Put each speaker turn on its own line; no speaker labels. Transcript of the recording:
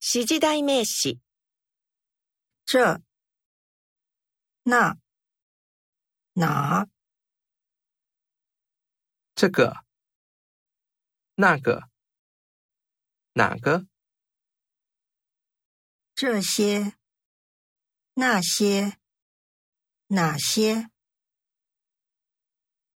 指示代名詞、
这、那、哪、
这个、那个、哪个、
这些、那些、哪些。